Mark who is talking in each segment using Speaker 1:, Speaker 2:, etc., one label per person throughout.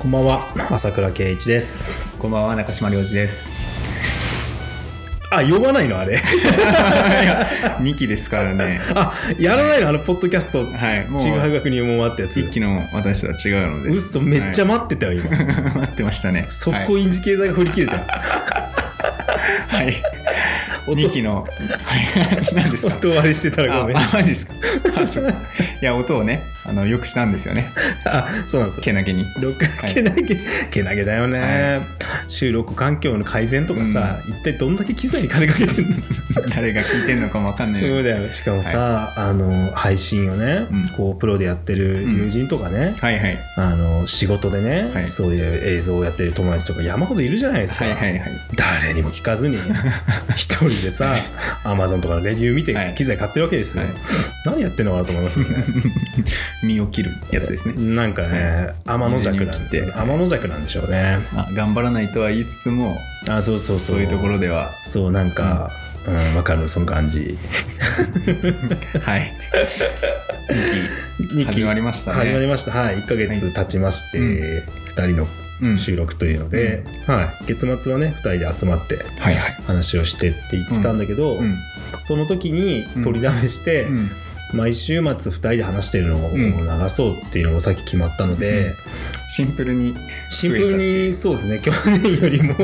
Speaker 1: こんばんは朝倉慶一です
Speaker 2: こんばんは、中島良二 です。
Speaker 1: あ呼ばないのあれ
Speaker 2: 2期ですからね。
Speaker 1: あやらないのあのポッドキャスト
Speaker 2: はい、もう、
Speaker 1: ちぐは
Speaker 2: 1
Speaker 1: がくに思わったやつ
Speaker 2: 期の私とは違うので。
Speaker 1: うっそめっちゃ
Speaker 2: は
Speaker 1: 待ってたよ今、
Speaker 2: い 待ってましたね。
Speaker 1: 速
Speaker 2: はい
Speaker 1: 攻インジケーターが振り切れた、
Speaker 2: はい。
Speaker 1: 音
Speaker 2: 2期の、はい、 何ですか
Speaker 1: 音割れしてたら
Speaker 2: あ
Speaker 1: ごめん
Speaker 2: あマジですかあそういや、音をね、あの、よくしたんですよね。
Speaker 1: あそうなんです
Speaker 2: けなげに。
Speaker 1: 六けなげ、けなげだよね、
Speaker 2: は
Speaker 1: 収録環境の改善とかさ、一体どんだけ機材に金かけてんの
Speaker 2: 誰が聞いてんのかもわかんない。
Speaker 1: そうだよしかもさ、あの配信をね、
Speaker 2: うん
Speaker 1: こうプロでやってる友人とかね、
Speaker 2: はいはい。
Speaker 1: あの仕事でね、
Speaker 2: はい
Speaker 1: そういう映像をやってる友達とか山ほどいるじゃないですか、
Speaker 2: はいはい はい。
Speaker 1: 誰にも聞かずに 一人でさ、
Speaker 2: はい
Speaker 1: Amazon とかのレビュー見て
Speaker 2: はい
Speaker 1: 機材買ってるわけですよ、
Speaker 2: はい
Speaker 1: 何やってんのかなと思いますよね
Speaker 2: 身を切るやつですね。
Speaker 1: なんかね、天の弱なん
Speaker 2: 無事に
Speaker 1: で
Speaker 2: 切って
Speaker 1: 天の弱なんでしょうね
Speaker 2: まあ、頑張らないとは言いつつも、
Speaker 1: あそうそうそ
Speaker 2: そうういうところでは、
Speaker 1: そうなんかうんわ、かるその感じ
Speaker 2: はい。
Speaker 1: に
Speaker 2: 始まりましたね
Speaker 1: 始まりましたはい1か月経ちまして、
Speaker 2: はい
Speaker 1: 2人の
Speaker 2: 2期。うん
Speaker 1: 収録というので、はい、月末はね2人で集まって
Speaker 2: はいはい。
Speaker 1: 話をしてって言ってたんだけど、
Speaker 2: うん。
Speaker 1: その時に取りだめして、
Speaker 2: うん
Speaker 1: 毎週末2人で話してるのを
Speaker 2: うん
Speaker 1: 流そうっていうのをさっき決まったので、
Speaker 2: うんシンプルに。
Speaker 1: シンプルにそうですね去年より も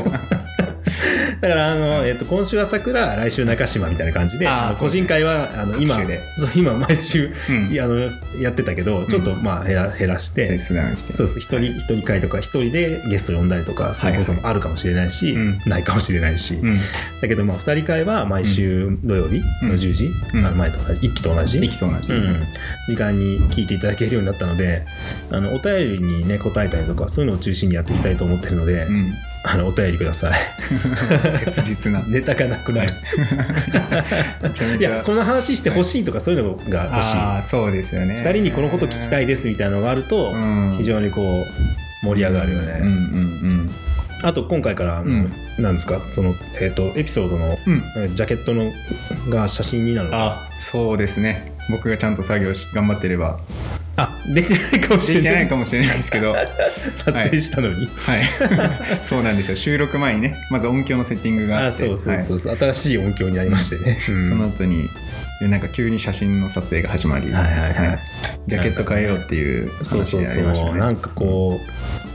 Speaker 1: だからあの、えっと、今週は桜来週中島みたいな感じで
Speaker 2: あー
Speaker 1: あの
Speaker 2: そ
Speaker 1: 個
Speaker 2: うですね
Speaker 1: 人会はあの今
Speaker 2: 各週で
Speaker 1: そう今毎週、
Speaker 2: うん
Speaker 1: いやあのやってたけどちょっと
Speaker 2: うん
Speaker 1: まあ減ら減らして。
Speaker 2: ペースダウンして。
Speaker 1: そうです一人一人会とか一人でゲスト呼んだりとかそういうこともあるかもしれないし、
Speaker 2: はいはい
Speaker 1: ないかもしれないし、
Speaker 2: うん。
Speaker 1: だけどまあ2人会は毎週土曜日の10時、
Speaker 2: うん
Speaker 1: あの前と同じ一期と同じ、
Speaker 2: 息と同じ。
Speaker 1: うん、時間に聞いていただけるようになったのであのお便りにね答えたりとかそういうのを中心にやっていきたいと思ってるので、
Speaker 2: うん。
Speaker 1: あのお便りください
Speaker 2: 切実な。
Speaker 1: ネタがなくなる
Speaker 2: めちゃめ
Speaker 1: い
Speaker 2: ち
Speaker 1: や
Speaker 2: ゃ。
Speaker 1: この話してほしいとかそういうのが欲しい、
Speaker 2: ああ、そうですよね。
Speaker 1: 2人にこのこと聞きたい
Speaker 2: い。
Speaker 1: ですみたいなのがあると、
Speaker 2: うん。
Speaker 1: 非常にこう盛り上がるよね、
Speaker 2: うんうん
Speaker 1: あと今回からあの、
Speaker 2: うん
Speaker 1: なんですかその、えー、とエピソードの
Speaker 2: うん。うん。
Speaker 1: えージャケットのが写真になるの
Speaker 2: あそうですね。僕がちゃんと作業し、頑張ってれば。
Speaker 1: あできてないかもし
Speaker 2: でき
Speaker 1: れ
Speaker 2: て
Speaker 1: な
Speaker 2: ないいかもしれないですけど。 はい。
Speaker 1: 撮影したのに、
Speaker 2: そうなんですよ。収録前にね、まず音響のセッティングがあ
Speaker 1: あ
Speaker 2: って。
Speaker 1: そうそうそうそう、新しい音響になりましてね、
Speaker 2: はいその
Speaker 1: は
Speaker 2: 後に、なんか急に写真の撮影が始まり、
Speaker 1: いはいはい
Speaker 2: ジャケット変えようっていう
Speaker 1: そう
Speaker 2: 話
Speaker 1: そう
Speaker 2: にな
Speaker 1: そ
Speaker 2: り
Speaker 1: う、
Speaker 2: ましたね。
Speaker 1: なんかこ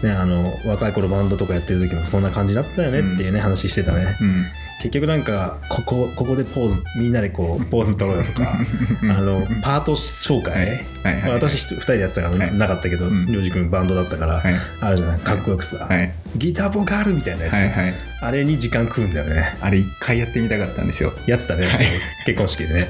Speaker 1: うねあの若い頃バンドとかやってる時もそんな感じだったよねっていうね、話してたね
Speaker 2: うん。
Speaker 1: 結局なんかここここでポーズみんなでこうポーズ取ろうよとかあのパート紹
Speaker 2: はい
Speaker 1: 介、
Speaker 2: はいはい
Speaker 1: まあ、私2人でやってたから、
Speaker 2: はい
Speaker 1: なかったけど
Speaker 2: うん
Speaker 1: りょうじ君バンドだったから、
Speaker 2: はい
Speaker 1: あるじゃないかっこよくさ、
Speaker 2: はい
Speaker 1: ギターボカールみたいなやつ、
Speaker 2: はいはい
Speaker 1: あれに時間食うんだよね
Speaker 2: あれ一回やってみたかったんですよ
Speaker 1: やってたね、
Speaker 2: はい
Speaker 1: そう結婚式で ね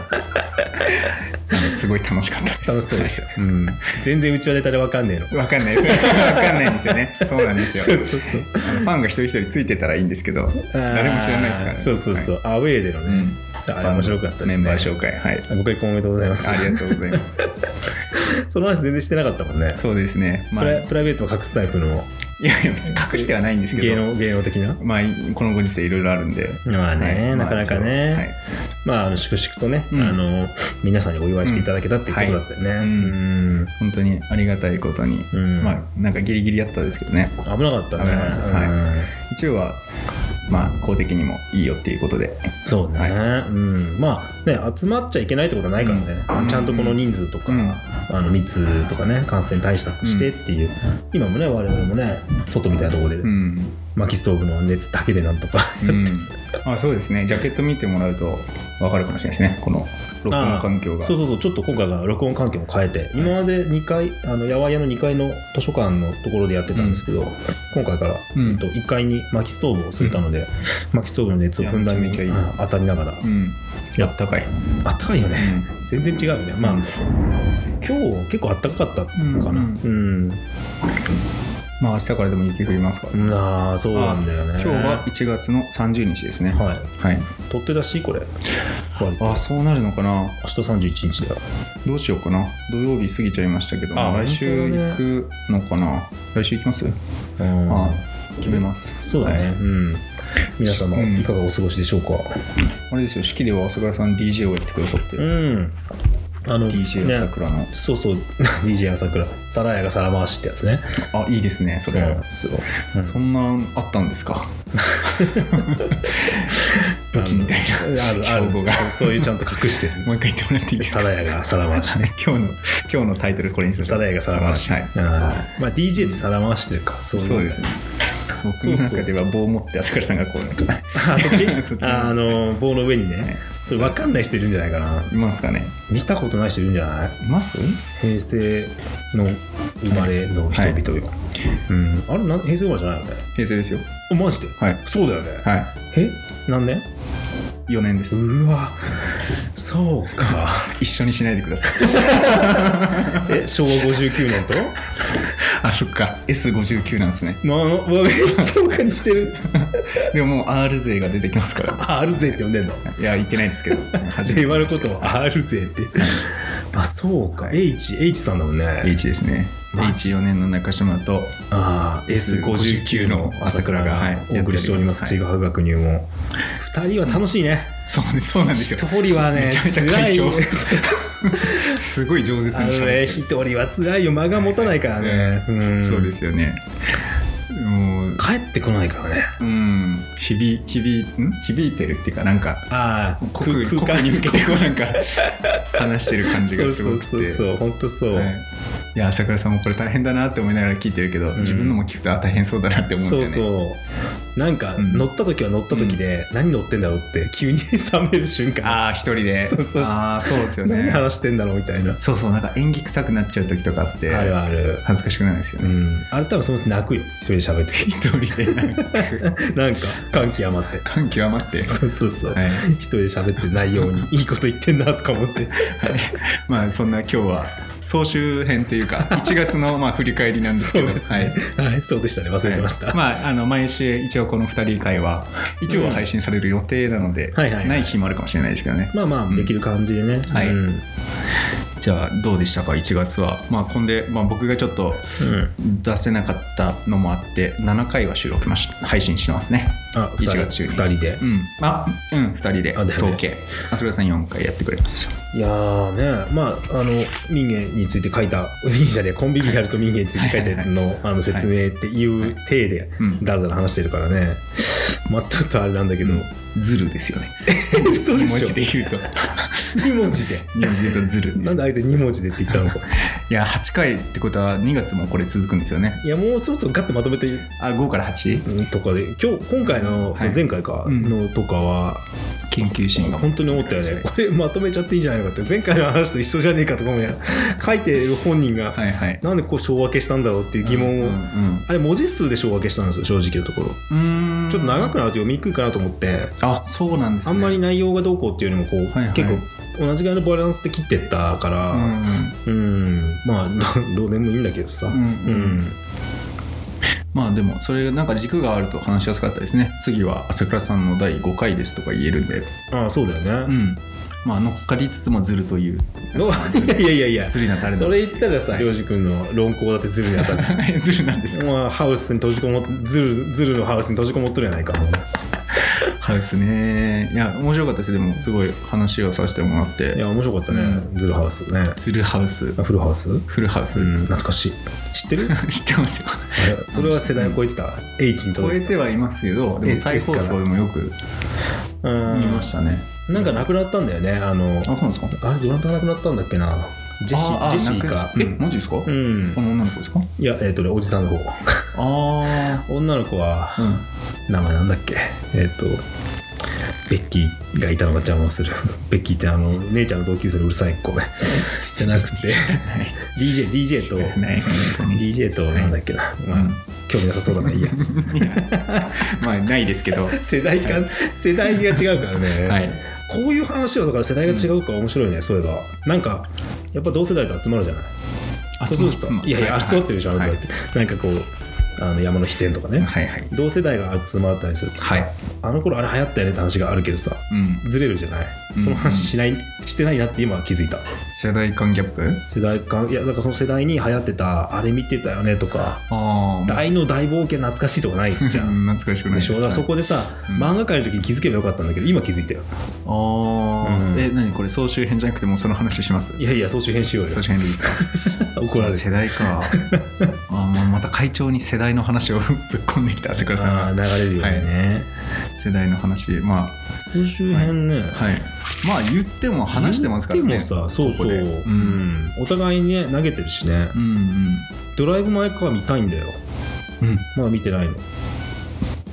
Speaker 2: あのすごい楽しかったです
Speaker 1: 楽しそうだ
Speaker 2: は
Speaker 1: った、
Speaker 2: い
Speaker 1: うん、全然うちはネタで分かんねえの
Speaker 2: わかんないですわかんないんですよねそうなんですよ
Speaker 1: そうそうそう
Speaker 2: あのファンが一人一人ついてたらいいんですけど 誰も知らないですから
Speaker 1: あー
Speaker 2: ね
Speaker 1: そうそうそう、アウェーでの
Speaker 2: はい
Speaker 1: ね、あれ面白かったですね
Speaker 2: メンバー紹介はい
Speaker 1: ご結婚おめでとうございます
Speaker 2: ありがとうございます
Speaker 1: その話全然してなかったもんね、
Speaker 2: そうですねまあ
Speaker 1: プ
Speaker 2: い
Speaker 1: ラプライベートを隠すタイプの
Speaker 2: やいや別に隠してはないんですけ
Speaker 1: 芸
Speaker 2: ど
Speaker 1: 能芸能的な
Speaker 2: まあこのご時世いろいろあるんで
Speaker 1: まあね、
Speaker 2: はい
Speaker 1: なかなかね、
Speaker 2: はい
Speaker 1: まああの粛々とね、
Speaker 2: うん
Speaker 1: あの皆さんにお祝いしていただけたっていうことだったよね、うん
Speaker 2: 本当にありがたいことに
Speaker 1: うん
Speaker 2: まあなんかギリギリやったんですけどね
Speaker 1: 危なかったね
Speaker 2: 危なかったはい
Speaker 1: うん
Speaker 2: 一応はまあ公的にもいいよっていうことで
Speaker 1: そうね、
Speaker 2: は
Speaker 1: うん、まあね集まっちゃいけないってことはないからね、
Speaker 2: うん
Speaker 1: ちゃんとこの人数とか、
Speaker 2: うん
Speaker 1: あの密とかね感染対策してっていう、今もね我々もね外みたいなところで、
Speaker 2: うん、
Speaker 1: 薪ストーブの熱だけでなんとか
Speaker 2: うん、あそうですねジャケット見てもらうと分かるかもしれないですねこの録音環境が
Speaker 1: そうそうそうちょっと今回は録音環境も変えて今まで2階あのやわやの2階の図書館のところでやってたんですけど、今回から、
Speaker 2: うん
Speaker 1: えっと、1階に薪ストーブを据えたので、薪ストーブの熱をふんだんに
Speaker 2: いやめちゃめちゃいい
Speaker 1: うん当たりながら、
Speaker 2: うん
Speaker 1: や
Speaker 2: や
Speaker 1: っ
Speaker 2: ったかい、
Speaker 1: あったかいよね、全然違うよねまあ、
Speaker 2: うん
Speaker 1: 今日結構あったかかったかな
Speaker 2: うん
Speaker 1: うん、
Speaker 2: まあ明日からでも雪降りますから、
Speaker 1: うん、ああそうなんだよね
Speaker 2: 今日は1月の30日ですね
Speaker 1: はい
Speaker 2: はい、
Speaker 1: 取って出しこれ割と
Speaker 2: あそうなるのかな
Speaker 1: 明日31日だよ
Speaker 2: どうしようかな土曜日過ぎちゃいましたけど
Speaker 1: あ
Speaker 2: 来週行くのかな、来週行きます、
Speaker 1: うん
Speaker 2: あ決めます
Speaker 1: そうだね、
Speaker 2: はい
Speaker 1: うん皆様
Speaker 2: うん
Speaker 1: いかがお過ごしでしょうか
Speaker 2: あれですよ式では朝倉さん DJ をやってくださって、
Speaker 1: うんあの
Speaker 2: DJ 朝倉の、
Speaker 1: ねそうそう DJ 朝倉「皿屋が皿回し」ってやつね
Speaker 2: あいいですねそれ
Speaker 1: そう
Speaker 2: そんなあったんですか武器みたいな
Speaker 1: あるある
Speaker 2: 標語が
Speaker 1: そうそういうちゃんと隠してる
Speaker 2: もう一回言ってもらっていいですか
Speaker 1: 皿屋が皿回しね
Speaker 2: 今日の今日のタイトルこれにしましょう
Speaker 1: 皿屋が皿回し、
Speaker 2: はい
Speaker 1: うんまあ DJ って皿回しというかそい
Speaker 2: そうですね僕の中では棒を持って朝倉さんがこうなんか
Speaker 1: あそっち
Speaker 2: そっち
Speaker 1: ああの棒の上にね、
Speaker 2: い
Speaker 1: それ分かんない人いるんじゃないかない
Speaker 2: ますかね
Speaker 1: 見たことない人いるんじゃない
Speaker 2: います
Speaker 1: 平成の生まれの人々よ、うん、あれなん平成生まれじゃないよね
Speaker 2: 平成ですよ
Speaker 1: あマジで
Speaker 2: はい
Speaker 1: そうだよね、
Speaker 2: はい
Speaker 1: え何年
Speaker 2: 4年です
Speaker 1: うわそうか
Speaker 2: 一緒にしないでください
Speaker 1: え昭和59年と
Speaker 2: あそっか S59 なんですね
Speaker 1: なのうわめっちゃバカにしてる
Speaker 2: でももう R 勢が出てきますから
Speaker 1: あ R 勢って呼んでんの
Speaker 2: いや言ってないですけど初
Speaker 1: 言われることは R 勢ってあそうか
Speaker 2: はい
Speaker 1: H, H さんだもんね
Speaker 2: H ですね
Speaker 1: マジ
Speaker 2: H4 年の中島と
Speaker 1: ああ S59
Speaker 2: S59
Speaker 1: の
Speaker 2: の
Speaker 1: 朝
Speaker 2: 朝
Speaker 1: 倉
Speaker 2: 倉
Speaker 1: が
Speaker 2: が
Speaker 1: お送りしております
Speaker 2: はい
Speaker 1: 地学学入門2人は楽しいね
Speaker 2: そうなんですそうなんですよ
Speaker 1: 一人はね
Speaker 2: めちゃめちゃ
Speaker 1: 辛い
Speaker 2: 会
Speaker 1: よ
Speaker 2: 長すごい饒 舌
Speaker 1: あの
Speaker 2: にしゃべ
Speaker 1: ね
Speaker 2: って
Speaker 1: 一人は辛いよ間が持たないからねうん
Speaker 2: そうですよねもう
Speaker 1: 帰ってこないからね
Speaker 2: うん響響ん響いてるっていうかなんか
Speaker 1: ああ
Speaker 2: 国空間に向けてこうな んか話してる感じ
Speaker 1: そ
Speaker 2: が
Speaker 1: うそ
Speaker 2: すご
Speaker 1: う
Speaker 2: くて
Speaker 1: そうそう本当そう、
Speaker 2: はい、いや朝倉さんもこれ大変だなって思いながら聞いてるけど、
Speaker 1: ん
Speaker 2: 自分のも聞くとあ大変そうだなって思うん
Speaker 1: そう
Speaker 2: ですよね
Speaker 1: そうなんか
Speaker 2: うん
Speaker 1: 乗った時は乗った時で、何乗ってんだろうって急に 冷める瞬間
Speaker 2: ああ一人で
Speaker 1: そうそうそう
Speaker 2: ああそうですよ
Speaker 1: 何
Speaker 2: ね
Speaker 1: 話してんだろうみたいな、
Speaker 2: そうそうなんか演技臭くなっちゃう時とかあって
Speaker 1: あるある、
Speaker 2: 恥ずかしくないですよ
Speaker 1: う
Speaker 2: ね、
Speaker 1: ん、あれ多分その時泣くよ一人で喋ってて
Speaker 2: 一人でなんか
Speaker 1: なんか感極まって
Speaker 2: 感極まって
Speaker 1: そうそうそう、
Speaker 2: はい
Speaker 1: 一人で喋ってないよう にいいこと言ってんなとか思って
Speaker 2: まあそんな今日は総集編という か1月のまあ振り返りなんですけ
Speaker 1: そう
Speaker 2: ど
Speaker 1: ですねはい、そうでしたね忘れてました、
Speaker 2: はいまあ、あの毎週一応この2人会は一応は配信される予定なので、
Speaker 1: はいはいはい
Speaker 2: ない日もあるかもしれないですけどね、
Speaker 1: まあまあできる感じでね、
Speaker 2: はい
Speaker 1: うん
Speaker 2: じゃあどうでしたか1月はまあこんで、まあ、僕がちょっと
Speaker 1: うん
Speaker 2: 出せなかったのもあって7回は収録まし配信してますね
Speaker 1: あ二人
Speaker 2: 1月中に
Speaker 1: 2人で
Speaker 2: うんあうん2人で
Speaker 1: あだよね
Speaker 2: 総計それさん4回やってくれました
Speaker 1: いやーねまああの民芸について書いた民芸じゃねえコンビニやると民芸について書いたやつのあの説明っていう体で
Speaker 2: うん
Speaker 1: だらだら話してるからね、まあちょっとあれなんだけど、
Speaker 2: ズルですよね
Speaker 1: 嘘で
Speaker 2: 2文字
Speaker 1: し
Speaker 2: で
Speaker 1: ょ
Speaker 2: 言うと
Speaker 1: 2文字で
Speaker 2: 2文字で言うとズル
Speaker 1: なんであえて2文字でって言ったのか
Speaker 2: いや8回ってことは2月もこれ続くんですよね
Speaker 1: いやもうそろそろガッとまとめて
Speaker 2: あ5から 8?
Speaker 1: うんとかで今日今回の、
Speaker 2: はい
Speaker 1: 前回か
Speaker 2: うん
Speaker 1: のとかは、
Speaker 2: 研究シーンが
Speaker 1: 本当に思ったよねこれまとめちゃっていいんじゃないのかって前回の話と一緒じゃねえかとかもや書いてる本人が、
Speaker 2: はいはい
Speaker 1: なんでこう小分けしたんだろうっていう疑問を、
Speaker 2: うんうん
Speaker 1: あれ文字数で小分けしたんですよ正直なところち
Speaker 2: うんうーん
Speaker 1: ょっと長くなると読みにくいかなと思って
Speaker 2: あそうなんですね
Speaker 1: あんまり内容がどうこうっていうよりもこう、
Speaker 2: はいはい
Speaker 1: 結構同じぐらいのバランスで切ってったか
Speaker 2: う
Speaker 1: ら
Speaker 2: んうん
Speaker 1: うんまあ どどうでもいいんだけどさ、
Speaker 2: うん
Speaker 1: うん
Speaker 2: まあでもそれなんか軸があると話しやすかったですね次は朝倉さんの第5回ですとか言えるんで
Speaker 1: ああそうだよ
Speaker 2: う
Speaker 1: ね、
Speaker 2: んまあ乗っかりつつもずるという
Speaker 1: の いやいやいや
Speaker 2: ずるいな誰 だ
Speaker 1: そ れ言ったらさ良二君の論考だってずるに当た る
Speaker 2: ずるなんですか
Speaker 1: まあハウスに閉じこもずるずるのハウスに閉じこもっとるやないか
Speaker 2: ハウスねいや面白かったですでもすごい話をさせてもらっ
Speaker 1: い
Speaker 2: て
Speaker 1: や面白かったね、
Speaker 2: う
Speaker 1: ズルハウスね
Speaker 2: ずるハウス
Speaker 1: あフルハウス、う
Speaker 2: フルハウス、
Speaker 1: ん、懐かしい知ってる
Speaker 2: 知ってますよ
Speaker 1: あれそれは世代を超えてた H に
Speaker 2: 超
Speaker 1: 届
Speaker 2: え
Speaker 1: い
Speaker 2: て
Speaker 1: て
Speaker 2: はいますけどでも再放送でもよく
Speaker 1: たうん
Speaker 2: 見ましたね
Speaker 1: なんかなくなったんだよねあの
Speaker 2: あそうなんですか
Speaker 1: あれどなたがなくなったんだっけなジェシ
Speaker 2: あ
Speaker 1: ー
Speaker 2: あ
Speaker 1: ジェシーか
Speaker 2: なんえマジですか、
Speaker 1: うん、うん
Speaker 2: この女の子ですか
Speaker 1: いやえっ、とねおじさんの方
Speaker 2: あ
Speaker 1: 女の子は
Speaker 2: あうん
Speaker 1: 名前なんだっけえっ、とベッキーがいたのが邪魔をする ベッキーってあの姉ちゃんの同級生のうるさい子ねじゃなくて DJDJ と
Speaker 2: ない本当に
Speaker 1: DJ となんだっけな、ま
Speaker 2: うん
Speaker 1: あ、興味なさそうだからい いや
Speaker 2: いやまあないですけど、はい、
Speaker 1: 世代間、世代が違うからね、こういう話はだから世代が違うから面白いね、そういえばなんかやっぱ同世代と集まるじゃないそうするといやいや集まってるでしょ、あ
Speaker 2: は
Speaker 1: ないたってなんかこうあの山の飛天とかね、
Speaker 2: はいはい
Speaker 1: 同世代が集まったりするとさ、
Speaker 2: はい
Speaker 1: あの頃あれ流行ったよねって話があるけどさ
Speaker 2: うん
Speaker 1: ずれるじゃない
Speaker 2: うん
Speaker 1: その話しない、してないなって今は気づいた
Speaker 2: 世代間ギャップ
Speaker 1: 世代間いやだからその世代に流行ってたあれ見てたよねとか
Speaker 2: ああ
Speaker 1: 大の大冒険懐かしいとかないじゃん
Speaker 2: 懐かしくない
Speaker 1: でしょだからそ
Speaker 2: はい
Speaker 1: こでさ、
Speaker 2: うん
Speaker 1: 漫画界の時に気づけばよかったんだけど今気づいたよ
Speaker 2: ああ、
Speaker 1: うん
Speaker 2: え何これ総集編じゃなくてもうその話します
Speaker 1: いやいや総集編しようよ
Speaker 2: 総集編でいいですか
Speaker 1: 怒られ
Speaker 2: 世
Speaker 1: る
Speaker 2: 代かあーもうまた会長に世代の話を ぶっ込んできた朝倉さん
Speaker 1: あ
Speaker 2: が
Speaker 1: あ流れるよね、
Speaker 2: 世代の話ま
Speaker 1: 総集編ね、
Speaker 2: あはいまあ言っても話してますからね
Speaker 1: でもさそうそ
Speaker 2: こ
Speaker 1: う
Speaker 2: こで
Speaker 1: う
Speaker 2: うん
Speaker 1: ん、お互いにね投げてるしね
Speaker 2: うん
Speaker 1: ドライブ・マイ・カー見たいんだよ
Speaker 2: うんうん
Speaker 1: まだ見てないの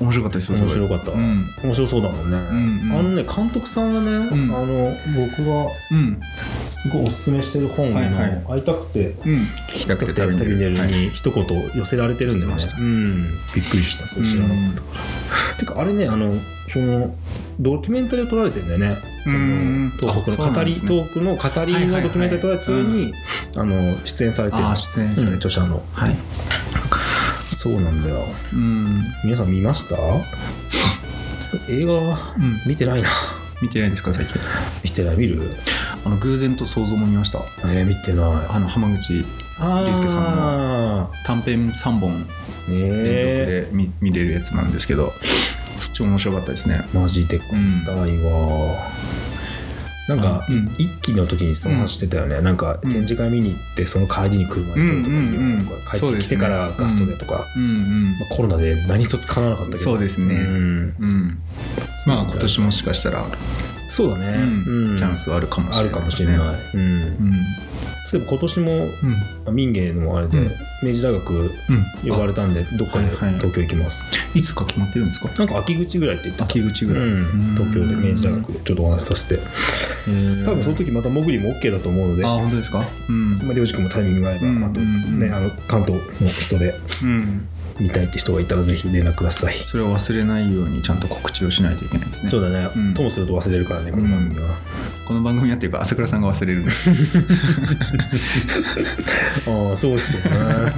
Speaker 2: 面白かったですよ
Speaker 1: 面白かった、
Speaker 2: うん
Speaker 1: 面白そうだもんね、
Speaker 2: んうん
Speaker 1: あのね監督さんがね、
Speaker 2: ん
Speaker 1: あの僕が
Speaker 2: うん
Speaker 1: すごいおすすめしてる本の
Speaker 2: はいはい
Speaker 1: 「会いたくて
Speaker 2: うん聞きたくて旅に出
Speaker 1: 旅
Speaker 2: るはい
Speaker 1: に一言寄せられてるんだよね
Speaker 2: 知ってました
Speaker 1: うんびっくりしたそう知らなかったからてかあれねあのそのドキュメンタリーを撮られてんだよねそ
Speaker 2: うん
Speaker 1: の東北
Speaker 2: あそう
Speaker 1: の
Speaker 2: な
Speaker 1: 語
Speaker 2: んで
Speaker 1: り、
Speaker 2: すね
Speaker 1: 東北の語りのドキュメンタリー撮られてそれにあの出演されてる
Speaker 2: ああ出演され
Speaker 1: うん
Speaker 2: て
Speaker 1: 著者の
Speaker 2: はい
Speaker 1: そうなんだよ
Speaker 2: うん
Speaker 1: 皆さん見ました映画
Speaker 2: うん
Speaker 1: 見てないな
Speaker 2: 見てないですか最近
Speaker 1: 見てない見る
Speaker 2: あの偶然と想像も見ました
Speaker 1: えー見てない
Speaker 2: あの浜口
Speaker 1: あ
Speaker 2: リースケさんの
Speaker 1: の
Speaker 2: 短編3本
Speaker 1: ねえ
Speaker 2: 連続で見,、見れるやつなんですけどそっちも面白かったですね
Speaker 1: マジで
Speaker 2: うん
Speaker 1: 痛いわなんか
Speaker 2: うん
Speaker 1: 一期の時にその話してたよね、なんか展示会見に行ってその帰りに車に乗るとか
Speaker 2: うんうんうん
Speaker 1: とか帰ってきてからガストでとか、
Speaker 2: うんうん
Speaker 1: まあ、コロナで何一つ叶わなかったけど
Speaker 2: そうですね
Speaker 1: うん
Speaker 2: うんまあ今年もしかしたら、
Speaker 1: そうだ
Speaker 2: う
Speaker 1: ね、
Speaker 2: ん
Speaker 1: うん
Speaker 2: チャンスはあるかもし
Speaker 1: あ
Speaker 2: れ
Speaker 1: る
Speaker 2: な
Speaker 1: か
Speaker 2: いで
Speaker 1: も
Speaker 2: す
Speaker 1: し
Speaker 2: ね
Speaker 1: れない、うん
Speaker 2: うん
Speaker 1: そういえば今年も
Speaker 2: うん
Speaker 1: 民芸のあれで
Speaker 2: うん
Speaker 1: 明治大学
Speaker 2: うん
Speaker 1: 呼ばれたんでどっかで
Speaker 2: はいはい
Speaker 1: 東京行きます、
Speaker 2: あいつか決まってるんですか
Speaker 1: なんか秋口ぐらいって言ってた
Speaker 2: 秋口ぐらい、
Speaker 1: うん、東京で明治大
Speaker 2: うん
Speaker 1: 学でちょっとお話しさせて
Speaker 2: へー
Speaker 1: 多分その時また潜りも OK だと思うので
Speaker 2: あ本当ですかうん
Speaker 1: まあ、りょうじくんもタイミングが合えば、
Speaker 2: うん
Speaker 1: あと、
Speaker 2: うん
Speaker 1: ね、あの関東の人で
Speaker 2: うん
Speaker 1: 見たいって人がいたらぜひ連絡ください、
Speaker 2: それを忘れないようにちゃんと告知をしないといけないですね
Speaker 1: そうだね、
Speaker 2: うん
Speaker 1: ともすると忘れるからねこの番組は、
Speaker 2: この番組やっていうか朝倉さんが忘れるん です
Speaker 1: ああそうですよ ね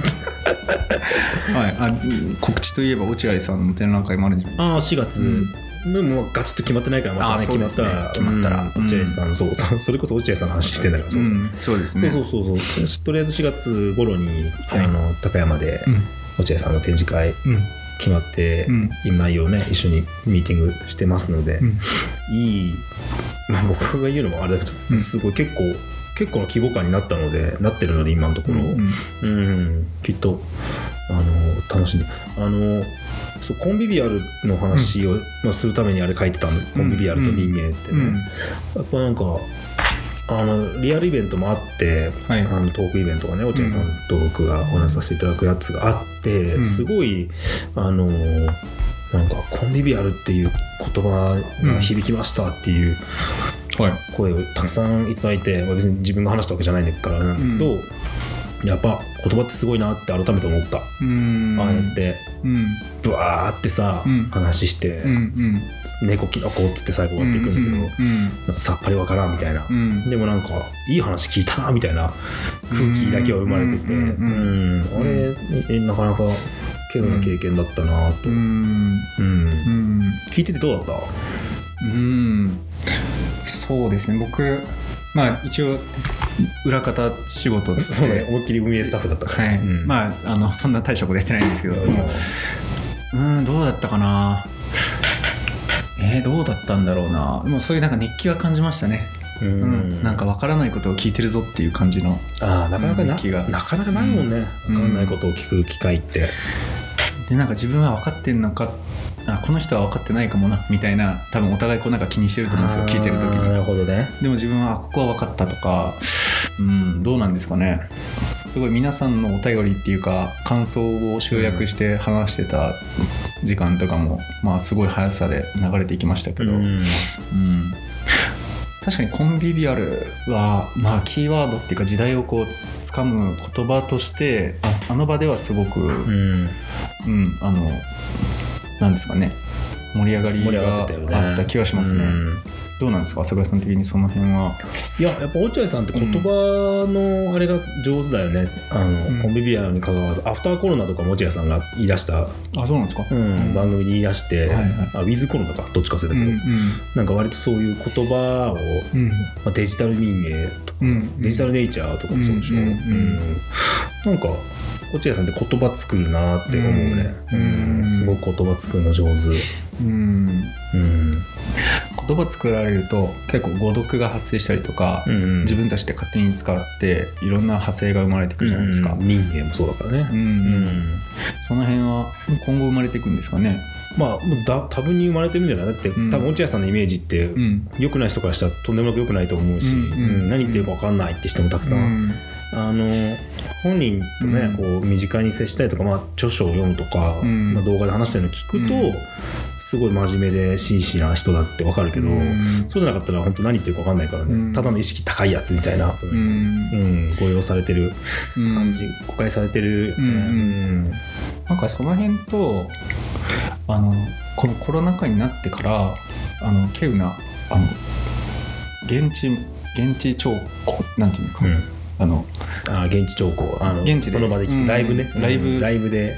Speaker 2: はい、あうん告知といえば落合さんの展覧会もあるんじゃない
Speaker 1: ああ4月、でももうガチッと決まってないからまたね
Speaker 2: あそう
Speaker 1: 決ま
Speaker 2: で
Speaker 1: っ
Speaker 2: すね
Speaker 1: たら
Speaker 2: 決まったら
Speaker 1: うん落合さんそうそう それこそ落合さんの話してんだから、そう
Speaker 2: そうです
Speaker 1: そ
Speaker 2: ね
Speaker 1: うそうそうそうとりあえず4月頃に、
Speaker 2: はい
Speaker 1: あの高山で落合さんの展示会
Speaker 2: うんうん
Speaker 1: 決まって、
Speaker 2: うん
Speaker 1: 今内容ね一緒にミーティングしてますので、
Speaker 2: うん
Speaker 1: いい、まあ、僕が言うのもあれだけど、
Speaker 2: うん
Speaker 1: すごい結構結構な規模感になったのでなってるので今のところ、うんきっとあの楽しんであのそうコンビビアルの話を、まあ、するためにあれ書いてたのコンビビアルと民芸ってね、
Speaker 2: うん
Speaker 1: やっぱなんかあのリアルイベントもあって、
Speaker 2: はい
Speaker 1: あのトークイベントがね落合さんと僕がお話しさせていただくやつがあって、
Speaker 2: うん
Speaker 1: すごいあのなんかコンビビアルっていう言葉が響きましたっていう
Speaker 2: はい
Speaker 1: 声をたくさんいただいて、まあ別に自分が話したわけじゃないんだからなんだけど、やっぱ言葉ってすごいなって改めて思った、
Speaker 2: うん
Speaker 1: ああやって
Speaker 2: うん
Speaker 1: ブワーってさ、
Speaker 2: うん
Speaker 1: 話して、
Speaker 2: うんうん
Speaker 1: 猫キノコっつって最後終わっていくんだけど、なんかさっぱりわからんみたいな。
Speaker 2: うんうん
Speaker 1: でもなんかいい話聞いたなみたいな空気だけは生まれてて
Speaker 2: う
Speaker 1: うん
Speaker 2: うん
Speaker 1: あれえなかなか稀有な経験だったなと、
Speaker 2: うんうん
Speaker 1: うん
Speaker 2: うん
Speaker 1: 聞いててどうだっ
Speaker 2: うんそうですね僕まあ一応裏方仕事
Speaker 1: た
Speaker 2: で
Speaker 1: そうだね思いっきり運営スタッフだったから、
Speaker 2: は
Speaker 1: う
Speaker 2: い
Speaker 1: んあ
Speaker 2: まああのそんな大したことやってないんですけどもううんどうだったかなえー、どうだったんだろうなでもそういうなんか熱気は感じましたね、
Speaker 1: う
Speaker 2: うんん、なんかわからないことを聞いてるぞっていう感じの
Speaker 1: ああなかなかな
Speaker 2: うん気が
Speaker 1: なかなかないもんね、
Speaker 2: うん
Speaker 1: 分かんないことを聞く機会って、
Speaker 2: でなんか自分は分かってんのかあこの人は分かってないかもなみたいな多分お互いこうなんか気にしてると思うんですよ聞いてる
Speaker 1: あ
Speaker 2: 時
Speaker 1: ーな
Speaker 2: に
Speaker 1: るほどね
Speaker 2: でも自分はあここは分かったとかうんどうなんですかねすごい皆さんのお便りっていうか感想を集約して話してた時間とかも、まあすごい速さで流れていきましたけど、
Speaker 1: うん
Speaker 2: うん確かにコンビビアルは、まあ、キーワードっていうか時代をこう掴む言葉としてああの場ではすごく、うん
Speaker 1: うん
Speaker 2: あのなんですかね盛り上がり
Speaker 1: 盛り上
Speaker 2: が
Speaker 1: が
Speaker 2: あ
Speaker 1: ってたよね
Speaker 2: った気がしますね。
Speaker 1: うん
Speaker 2: どうなんですか朝倉さん的にその辺は。
Speaker 1: いややっぱ落合さんって言葉のあれが上手だよね、あの
Speaker 2: うん
Speaker 1: コンビビアに関わらずアフターコロナとかも落合さんが言い出した、
Speaker 2: あそうなんですか。
Speaker 1: うん番組で言い出して、
Speaker 2: はいはい
Speaker 1: あウィズコロナかどっちか忘れたけ
Speaker 2: うん
Speaker 1: ど、
Speaker 2: うん
Speaker 1: なんか割とそういう言葉を、
Speaker 2: うん
Speaker 1: まあ、デジタル民芸とか、
Speaker 2: うん
Speaker 1: デジタルネイチャーとかもそうでしょ、
Speaker 2: うんうん
Speaker 1: うんなんか落合さんって言葉作るなって思うね、
Speaker 2: うん
Speaker 1: うんすごく言葉作るの上手、
Speaker 2: う
Speaker 1: う
Speaker 2: ん
Speaker 1: ん、
Speaker 2: 言葉作られると結構誤読が発生したりとか、
Speaker 1: うんうん
Speaker 2: 自分たちで勝手に使っていろんな派生が生まれてくるじゃないですか、
Speaker 1: うん民芸もそうだからね、
Speaker 2: うんうんその辺は今後生まれていくんですかね
Speaker 1: まあもうだ多分に生まれてるんじゃないだって、
Speaker 2: うん
Speaker 1: 多分落合さんのイメージって、
Speaker 2: うん
Speaker 1: 良くない人からしたらとんでもなく良くないと思うし、
Speaker 2: うんうん
Speaker 1: うん何言ってるか分かんないって人もたくさん、
Speaker 2: うん
Speaker 1: あの本人とね、
Speaker 2: うん
Speaker 1: こう身近に接したりとか、まあ、著書を読むとか、
Speaker 2: うん
Speaker 1: まあ、動画で話したりの聞くと、
Speaker 2: うん
Speaker 1: すごい真面目で真摯な人だって分かるけど、
Speaker 2: うん
Speaker 1: そうじゃなかったら本当何言ってるか分かんないからね、
Speaker 2: うん
Speaker 1: ただの意識高いやつみたいな、
Speaker 2: う
Speaker 1: うん
Speaker 2: ん
Speaker 1: 誤用されてる
Speaker 2: うん
Speaker 1: 感じ、誤解されてる、
Speaker 2: うん
Speaker 1: うん
Speaker 2: なんかその辺とあのこのコロナ禍になってからあの稀有なあの現地現地聴講なんていうのか、
Speaker 1: うん
Speaker 2: あの
Speaker 1: あー現地聴講あの
Speaker 2: 現地で
Speaker 1: その場で聞く、
Speaker 2: うん
Speaker 1: ライブね
Speaker 2: ライブ
Speaker 1: うんライブで、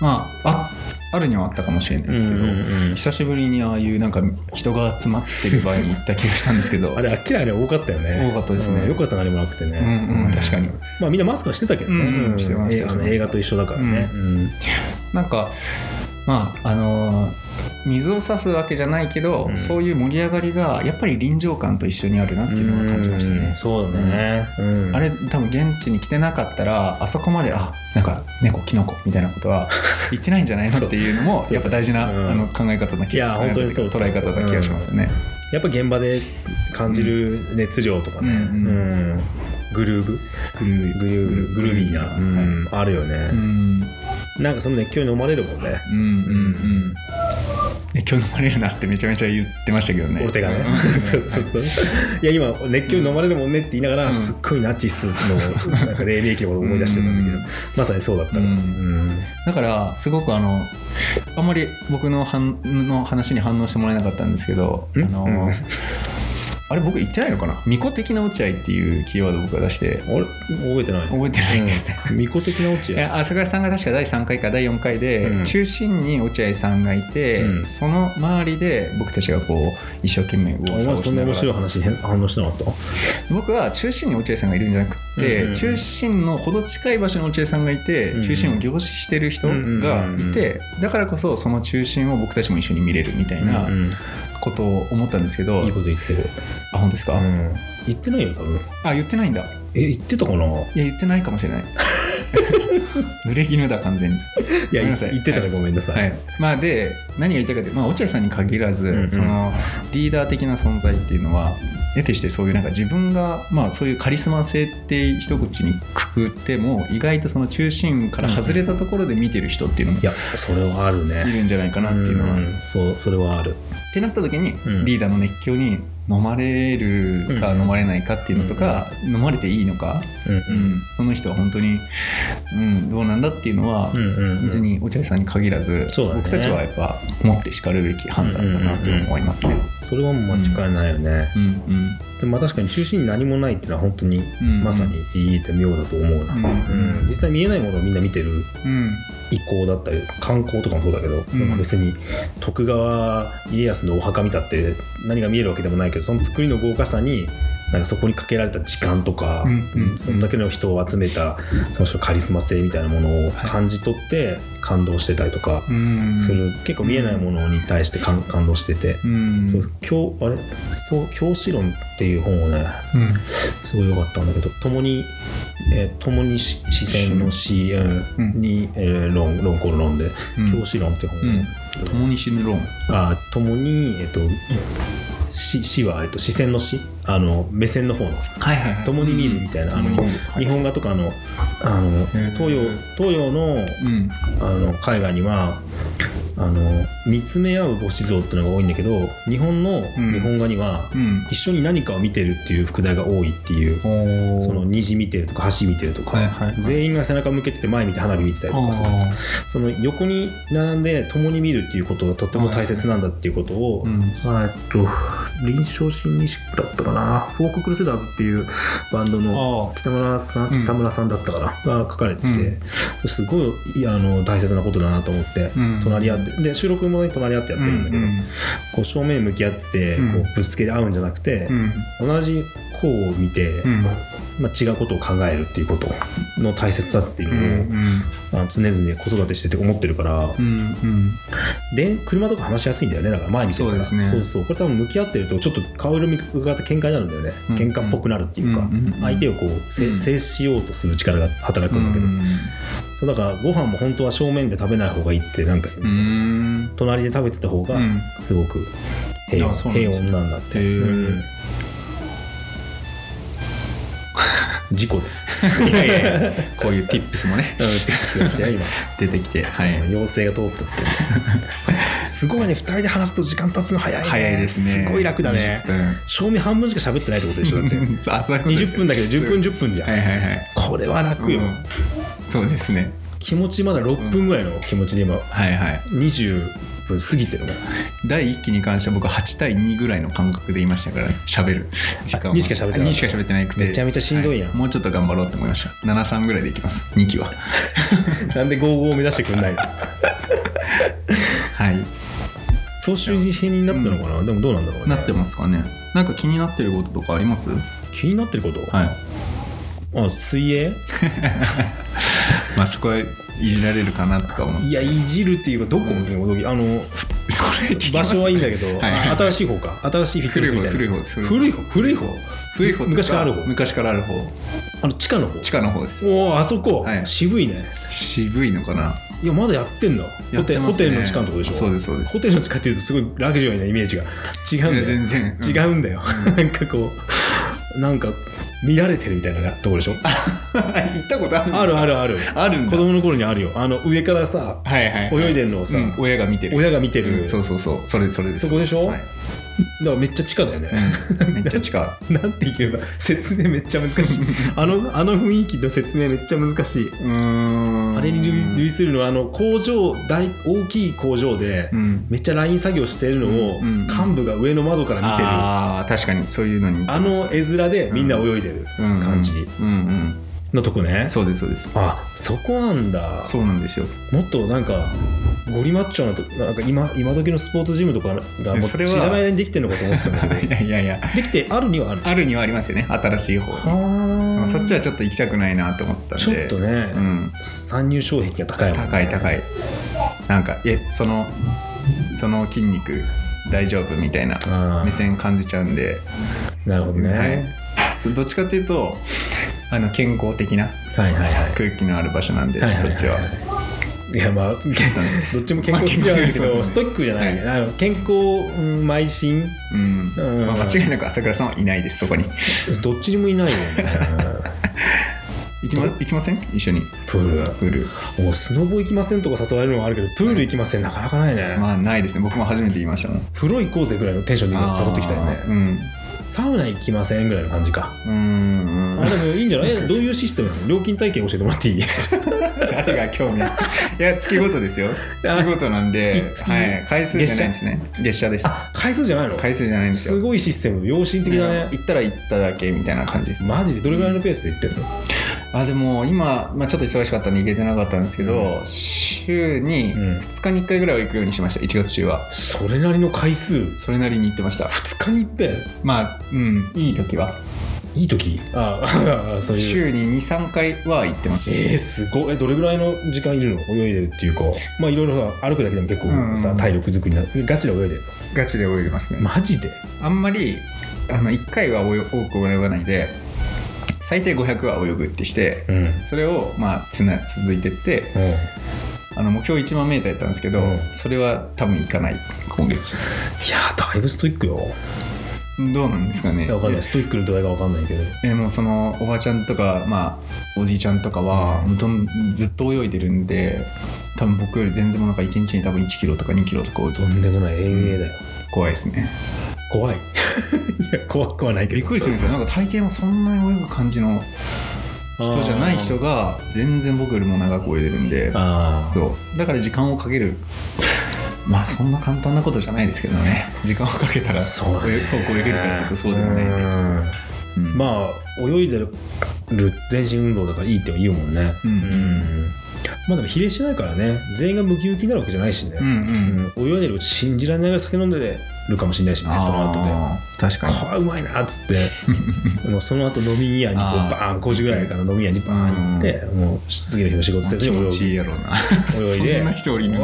Speaker 2: まあああるにはあったかもしれないですけど、久しぶりにああいうなんか人が集まってる場合に行った気がしたんですけ ど
Speaker 1: あれ明らかに多かったよね
Speaker 2: 多かったですね
Speaker 1: うんよかった何もなくてね、
Speaker 2: うんうん確かに
Speaker 1: まあみんなマスクはしてたけどね、
Speaker 2: うんうんしてました
Speaker 1: えあの映画と一緒だからね、うん
Speaker 2: なんかまああのー水を差すわけじゃないけど、
Speaker 1: うん
Speaker 2: そういう盛り上がりがやっぱり臨場感と一緒にあるなっていうのは感じましたね。
Speaker 1: うんそうだね、うん
Speaker 2: あれ多分現地に来てなかったらあそこまであなんか猫キノコみたいなこ とは言ってないんじゃないのっていうのも
Speaker 1: そう
Speaker 2: やっぱ大事な、
Speaker 1: うん
Speaker 2: あの考え方な気
Speaker 1: いや
Speaker 2: 考
Speaker 1: 本
Speaker 2: え方
Speaker 1: 当
Speaker 2: な
Speaker 1: にそうそうそう
Speaker 2: 捉え方な気がしますよね。
Speaker 1: やっぱ現場で感じる熱量とかね、
Speaker 2: うん
Speaker 1: うんグルーブ
Speaker 2: グルー
Speaker 1: グルーブグルービーな、うんあるよ
Speaker 2: う
Speaker 1: ね、
Speaker 2: ん
Speaker 1: なんかその熱狂に飲まれるもんね、
Speaker 2: うんうんうん。え今日飲まれるなってめちゃめちゃ言ってましたけどね。
Speaker 1: 俺手がね
Speaker 2: ん
Speaker 1: そうそうそういや今熱狂に飲まれるもんねって言いながら、
Speaker 2: うん
Speaker 1: すっごいナチスのなんか黎明期のことを思い出してたんだけど、
Speaker 2: うん
Speaker 1: まさにそうだったから、
Speaker 2: うん
Speaker 1: うん
Speaker 2: だからすごくあのあんまり僕の反の話に反応してもらえなかったんですけどあ
Speaker 1: ん
Speaker 2: の、
Speaker 1: うん
Speaker 2: あれ僕言ってないのかな「巫女的な落合」っていうキーワードを僕が出して
Speaker 1: あれ覚えてない
Speaker 2: 覚えてないですね。
Speaker 1: うん巫女的なオチ
Speaker 2: い
Speaker 1: や
Speaker 2: や朝倉さんが確か第3回か第4回で、
Speaker 1: うん
Speaker 2: 中心に落合さんがいて、
Speaker 1: うん
Speaker 2: その周りで僕たちがこう一生懸命
Speaker 1: お
Speaker 2: 右往左
Speaker 1: 前
Speaker 2: 往
Speaker 1: そ
Speaker 2: し
Speaker 1: んな
Speaker 2: なが
Speaker 1: 面白い
Speaker 2: ら
Speaker 1: 話変反応してなかっ
Speaker 2: 僕は中心に落合さんがいるんじゃなくって、
Speaker 1: うんうんうん
Speaker 2: 中心のほど近い場所に落合さんがいて、
Speaker 1: うんうん
Speaker 2: 中心を凝視してる人がい
Speaker 1: う
Speaker 2: て、
Speaker 1: んうん
Speaker 2: だからこそその中心を僕たちも一緒に見れるみた
Speaker 1: た
Speaker 2: いなことを思ったんですけど、
Speaker 1: いいこと言ってる、
Speaker 2: あ本当ですか、
Speaker 1: うん言ってないよ多分
Speaker 2: あ言ってないんだ
Speaker 1: え言ってたかない
Speaker 2: いや言ってないかも しれない濡れ衣だ完全に
Speaker 1: や
Speaker 2: ご
Speaker 1: 言
Speaker 2: めんなさい
Speaker 1: ってたらごめんなさ、
Speaker 2: はいいまあ、で何が言いたいかって、まあ、落合さんに限らず、
Speaker 1: うんうん
Speaker 2: そのリーダー的な存在っていうのは得てしてそういうなんか自分が、まあ、そういうカリスマ性って一口にくくっても意外とその中心から外れたところで見てる人っていうのも
Speaker 1: いやそれはある
Speaker 2: い
Speaker 1: ね
Speaker 2: るんじゃないかなっていうのは。
Speaker 1: う
Speaker 2: っ
Speaker 1: んそうそれはある
Speaker 2: てなった時に、
Speaker 1: うん
Speaker 2: リーダーの熱狂に飲まれるか
Speaker 1: うん
Speaker 2: 飲まれないかっていうのとか、飲まれていいのか、
Speaker 1: うん
Speaker 2: うん、その人は本当に、うん、どうなんだっていうのは、
Speaker 1: うんうんうん
Speaker 2: 別に落合さんに限らず、
Speaker 1: そうだね
Speaker 2: 僕たちはやっぱ持ってしかるべき判断だなと思いますね。
Speaker 1: それはもう間違いないよね、
Speaker 2: うん
Speaker 1: でもまあ確かに中心に何もないっていうのは本当に
Speaker 2: うん
Speaker 1: まさに言えて妙だと思うな、
Speaker 2: うん
Speaker 1: うん実際見えないものをみんな見てる
Speaker 2: うん
Speaker 1: 遺構だったり観光とかもそうだけど、その別に徳川家康のお墓見たって何が見えるわけでもないけどその作りの豪華さになんかそこにかけられた時間とか、
Speaker 2: うんうん
Speaker 1: そんだけの人を集めたその人のカリスマ性みたいなものを感じ取って感動してたりとか
Speaker 2: うんうん
Speaker 1: する、結構見えないものに対して感感動してて。
Speaker 2: うん
Speaker 1: そう教あれそう教師論っていう本をね
Speaker 2: うん
Speaker 1: すごい良かったんだけど共に、えー共にし視線の視、うん
Speaker 2: うん
Speaker 1: に、えー論論考の論で、
Speaker 2: うん
Speaker 1: 教師論っていう本、
Speaker 2: 共に死ぬ論
Speaker 1: あー共にえっ、と視視は、えっと視線の視あの目線の方の
Speaker 2: はいはいはい
Speaker 1: 共に見るみたいな、あの日本画とかのあの
Speaker 2: ー
Speaker 1: 東洋東洋の
Speaker 2: うん
Speaker 1: あの絵画にはあの見つめ合う母子像っていうのが多いんだけど日本の
Speaker 2: ん
Speaker 1: 日本画には、
Speaker 2: うん
Speaker 1: 一緒に何かを見てるっていう副題が多いっていう
Speaker 2: おー
Speaker 1: その虹見てるとか橋見てるとか、
Speaker 2: はいはいはい
Speaker 1: 全員が背中向けてて前見て花火見てたりと
Speaker 2: あ
Speaker 1: か
Speaker 2: ー
Speaker 1: そのその横に並んで共に見るっていうことがとても大切なんだっていうことを、
Speaker 2: うん
Speaker 1: まあえっと臨床心理士だったかなフォーククルセダーズっていうバンドの
Speaker 2: あ
Speaker 1: 北村さん
Speaker 2: うん
Speaker 1: 北村さんだったかな、が書かれてて、
Speaker 2: うん
Speaker 1: すごいいやあの大切なことだなと思って、
Speaker 2: うん
Speaker 1: 隣り合ってで収録もね隣り合ってや
Speaker 2: ー
Speaker 1: ってるんだけど、
Speaker 2: うん
Speaker 1: こう正面向き合ってこ
Speaker 2: うん
Speaker 1: うぶつけ合うんじゃなくて、
Speaker 2: うん
Speaker 1: 同じ項を見て、
Speaker 2: うん
Speaker 1: まあ、違うことを考えるっていうことの大切さっていうのを、あの常々子育てしてて思ってるから、
Speaker 2: うんうん
Speaker 1: で車とか話しやすいんだよねだから前見てるから
Speaker 2: そうですね
Speaker 1: そうそうこれ多分向き合ってるとちょっと顔色見伺って喧嘩になるんだよね、
Speaker 2: うん
Speaker 1: 喧嘩っぽくなるっていうか、
Speaker 2: うんうんうん
Speaker 1: 相手をこうせ
Speaker 2: うん
Speaker 1: 制しようとする力が働くんだけど、そうだからご飯も本当は正面で食べない方がいいってなんか、
Speaker 2: うんうん
Speaker 1: 隣で食べてた方が
Speaker 2: うん
Speaker 1: すごく平
Speaker 2: あそ
Speaker 1: 穏,、
Speaker 2: うな
Speaker 1: 平
Speaker 2: んですね
Speaker 1: 穏なんだって、
Speaker 2: へー
Speaker 1: うん事故で
Speaker 2: いやいやいやこういう tips もね
Speaker 1: うん tips が来てね今
Speaker 2: 出てきては
Speaker 1: あの
Speaker 2: い
Speaker 1: 妖精が通ったって。すごいね、二人で話すと時間経つの早い、ね。
Speaker 2: 早いですね
Speaker 1: すごい楽だね。正味半分しか喋ってないってことでしょ、だって。
Speaker 2: 20分あそういうことです
Speaker 1: 20分だけど、10分、
Speaker 2: は
Speaker 1: 10分じゃん。
Speaker 2: いはいはい
Speaker 1: これは楽よ。
Speaker 2: うんそうですね
Speaker 1: 気持ちまだ6分ぐらいの気持ちで今、
Speaker 2: はいはい
Speaker 1: 20分過ぎてるもん。
Speaker 2: 第1期に関しては僕は8対2ぐらいの感覚でいましたから喋る時間は
Speaker 1: 2しか喋ってなかった
Speaker 2: 2しか喋ってなくて
Speaker 1: めちゃめちゃしんどいやん
Speaker 2: はもうちょっと頑張ろうと思いました73ぐらいでいきます2 期は
Speaker 1: なんで55を目指してくんない の
Speaker 2: はい
Speaker 1: 総集編になったのかな、でもどうなんだろうね。
Speaker 2: なってますかねなんか気になってることとかあります
Speaker 1: 気になってること、
Speaker 2: はい
Speaker 1: あ、水泳
Speaker 2: まあそこはいじられるかなとか思って
Speaker 1: いや、いじるっていうか、どこ
Speaker 2: うん
Speaker 1: あの、
Speaker 2: それ聞きま
Speaker 1: 場
Speaker 2: す
Speaker 1: 所はいいんだけど、
Speaker 2: はい
Speaker 1: あ新しい方か。新しいフィットネ
Speaker 2: 古
Speaker 1: スみたいな。
Speaker 2: い方古い方です
Speaker 1: 古い方古い方
Speaker 2: 古い方と
Speaker 1: 昔からある方
Speaker 2: 昔からある方
Speaker 1: あの地下の方
Speaker 2: 地下の方です
Speaker 1: おおあそこ、
Speaker 2: はい
Speaker 1: 渋いね
Speaker 2: 渋いのかない
Speaker 1: やまだやってんだ
Speaker 2: や
Speaker 1: ホ
Speaker 2: っ
Speaker 1: テ
Speaker 2: て
Speaker 1: ル
Speaker 2: ますね
Speaker 1: ホテルの地下のとこでしょ
Speaker 2: そうですそうです
Speaker 1: ホテルの地下っていうとすごいラグジュアリーなイメージが違うんだよ
Speaker 2: 全然
Speaker 1: 違うんだよ、なんかこうなんか見られてるみたいなとこでしょ
Speaker 2: 行ったことあるんですか
Speaker 1: あるあるある
Speaker 2: あるん
Speaker 1: 子
Speaker 2: だ
Speaker 1: 供の頃にあるよあの上からさ
Speaker 2: はいはい、はい、
Speaker 1: 泳いでんのをさ
Speaker 2: うん親が見てる
Speaker 1: 親が見て
Speaker 2: うん
Speaker 1: る、
Speaker 2: そうそうそうそれそれです
Speaker 1: そこでしょ
Speaker 2: はい
Speaker 1: だからめっちゃ地下だよね、
Speaker 2: うんめっちゃ近 い
Speaker 1: なんて言えば説明めっちゃ難しいあのあの雰囲気の説明めっちゃ難しいあ
Speaker 2: あ
Speaker 1: れに類類するのはあの工場大大きい工場で、
Speaker 2: うん
Speaker 1: めっちゃライン作業してるのを、
Speaker 2: うんうん
Speaker 1: 幹部が上の窓から見てるあ
Speaker 2: あー確かにそういうのに似てます
Speaker 1: の絵面でみんな泳いでる
Speaker 2: うん
Speaker 1: 感じ
Speaker 2: うんうん
Speaker 1: のとこね、
Speaker 2: そうですそうです
Speaker 1: あそこなんだ
Speaker 2: そうなんですよ
Speaker 1: もっとなんかゴリマッチョなとなんか今今時のスポーツジムとかがもう
Speaker 2: それは
Speaker 1: 知らない間にできてるのかと思ってたんだけ ど
Speaker 2: いやいやいや
Speaker 1: できてあるにはある
Speaker 2: あるにはありますよね新しい方
Speaker 1: は
Speaker 2: そっちは
Speaker 1: は
Speaker 2: ちょっと行きたくないなと思ったんで
Speaker 1: ちょっとね、
Speaker 2: うん
Speaker 1: 参入障壁が高いもんね
Speaker 2: 高い高いなんかえそのその筋肉大丈夫みたいな
Speaker 1: あー
Speaker 2: 目線感じちゃうんで
Speaker 1: なるほどね、
Speaker 2: はいそうどっちかっていうとあの健康的な
Speaker 1: はい、はいはい
Speaker 2: 空気のある場所なんで、
Speaker 1: はいはい
Speaker 2: そ
Speaker 1: はい
Speaker 2: っちは。
Speaker 1: いや まあどっちも健康的なんだけ
Speaker 2: まあ健康的なんだけ
Speaker 1: ど
Speaker 2: ど
Speaker 1: ストイックじゃない、
Speaker 2: は
Speaker 1: あの健康、うん、邁進
Speaker 2: うん
Speaker 1: うん
Speaker 2: まあ、間違いなく朝倉さんはいないです、そこに。
Speaker 1: どっちにもいないよね
Speaker 2: 行きま行きません一緒に。
Speaker 1: プール
Speaker 2: プール。
Speaker 1: もうスノボ行きませんとか誘われるのはあるけどプール行きませんなかなかないね、
Speaker 2: まあ、ないですね。僕も初めて言いましたもん。
Speaker 1: 風呂行こうぜぐらいのテンションで誘ってきたよ
Speaker 2: あ
Speaker 1: ね
Speaker 2: ー
Speaker 1: サウナ行きませんぐらいの感じか
Speaker 2: うん。うん。う
Speaker 1: あ
Speaker 2: ん
Speaker 1: でもいいんじゃないえどういうシステムなの料金体系教えてもらっていい
Speaker 2: 誰が興味あ るいや、月ごとですよ。月ごとなんで、
Speaker 1: 月月
Speaker 2: はい、回数じゃないんですね。月謝です。
Speaker 1: あ回数じゃないの
Speaker 2: 回数じゃないんです よ。
Speaker 1: すごいシステム良心的だね
Speaker 2: 行ったら行っただけみたいな感じです。
Speaker 1: マジでどれぐらいのペースで行ってるの
Speaker 2: あでも今、まあ、ちょっと忙しかったんで行けてなかったんですけど、週に
Speaker 1: うん
Speaker 2: 2日に1回ぐらいは行くようにしました1月中は
Speaker 1: それなりの回数
Speaker 2: それなりに行ってました
Speaker 1: 2日に一遍
Speaker 2: まあうんいい時はい
Speaker 1: い時ああそういう
Speaker 2: 週に23回は行ってました
Speaker 1: えー、すごいえどれぐらいの時間いるの泳いでるっていうかまあいろいろさ歩くだけでも結構さ、
Speaker 2: うん
Speaker 1: 体力作りになるガチで泳いでる
Speaker 2: ガチで泳いでますね、
Speaker 1: のマジで
Speaker 2: あんまりあの1回は泳多く泳がないで最低500は泳ぐってして
Speaker 1: うん、うん、
Speaker 2: それをまあつな続いてってあの目標1万メーターやったんですけど、
Speaker 1: うん
Speaker 2: それは多分行かない今月
Speaker 1: いやーだいぶストイックよ
Speaker 2: どうなんですかね
Speaker 1: いやわかんないストイックの度合いがわかんないけど
Speaker 2: えーもうそのおばちゃんとか、まあ、おじいちゃんとかは
Speaker 1: うん
Speaker 2: どんずっと泳いでるんで多分僕より全然もうなんか1日に多分1キロとか2キロとか泳いで
Speaker 1: とんでもない遠泳だよ
Speaker 2: 怖いですね
Speaker 1: 怖いいや怖くはないけど
Speaker 2: びっくりするんですよなんか体型もそんなに泳ぐ感じの人じゃない人
Speaker 1: が
Speaker 2: が全然僕よりも長く泳いでるんで
Speaker 1: あーあ
Speaker 2: そうだから時間をかけるまあそんな簡単なことじゃないですけどね時間をかけたら
Speaker 1: そうだね
Speaker 2: 泳遠く泳げるかっていうとそうでもないんで、
Speaker 1: うん
Speaker 2: うん
Speaker 1: まあ泳いでる全身運動だからいいって言うもんね
Speaker 2: うん
Speaker 1: まあでも比例しないからね全員がムキムキになるわけじゃないしね
Speaker 2: うんう、
Speaker 1: う
Speaker 2: ん
Speaker 1: ん泳いでるうち信じられないぐらい酒飲んでてるかもしれないしねその後で。
Speaker 2: あー確かに
Speaker 1: これうまいなっつっ てもうその後飲み屋にこう
Speaker 2: あー
Speaker 1: バーン5時ぐらいから飲み屋にバーン行ってもう次の日の仕事せず
Speaker 2: 気
Speaker 1: に
Speaker 2: 持
Speaker 1: 泳
Speaker 2: ちいい
Speaker 1: ぎ
Speaker 2: やろうな
Speaker 1: 泳いで
Speaker 2: そんな
Speaker 1: 「
Speaker 2: 人お
Speaker 1: 泳
Speaker 2: り
Speaker 1: い
Speaker 2: ん
Speaker 1: だ!」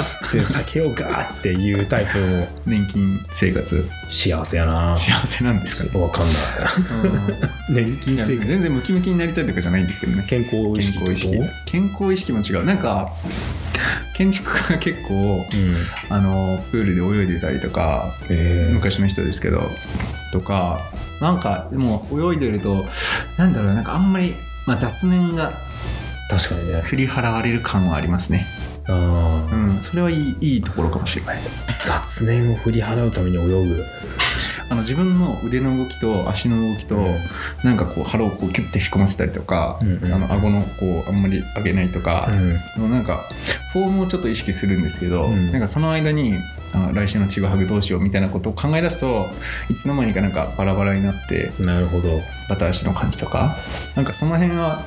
Speaker 2: の
Speaker 1: っつって酒をガーっていうタイプも
Speaker 2: 年金生活
Speaker 1: 幸せやな
Speaker 2: 幸せなんですかね
Speaker 1: わかんない 年金
Speaker 2: いや
Speaker 1: 生活
Speaker 2: 全然ムキムキになりたいとかじゃないんですけどね
Speaker 1: 健康意識ってこと
Speaker 2: 健康意識も違うなんか建築家が結構
Speaker 1: うん
Speaker 2: あのプールで泳いでたりとか
Speaker 1: えー
Speaker 2: 昔の人ですけどとかなんかでも泳いでるとなんだろうなんかあんまり、まあ、雑念が
Speaker 1: 確かにね
Speaker 2: 振り払われる感はありますね、
Speaker 1: あ
Speaker 2: う
Speaker 1: ー
Speaker 2: ん、それはいいいいところかもしれない
Speaker 1: 雑念を振り払うために泳ぐ
Speaker 2: あの自分の腕の動きと足の動きと、
Speaker 1: うん
Speaker 2: なんかこう腹をこうキュッて引き込ませたりとか、
Speaker 1: うんうん
Speaker 2: あの顎のこうあんまり上げないとか、
Speaker 1: うん
Speaker 2: もうなんかフォームをちょっと意識するんですけど、
Speaker 1: うん
Speaker 2: なんかその間にあ来週のちぐはぐどうしようみたいなことを考え出すといつの間にかなんかバラバラになって
Speaker 1: なるほど
Speaker 2: バタ足の感じとかなんかその辺は、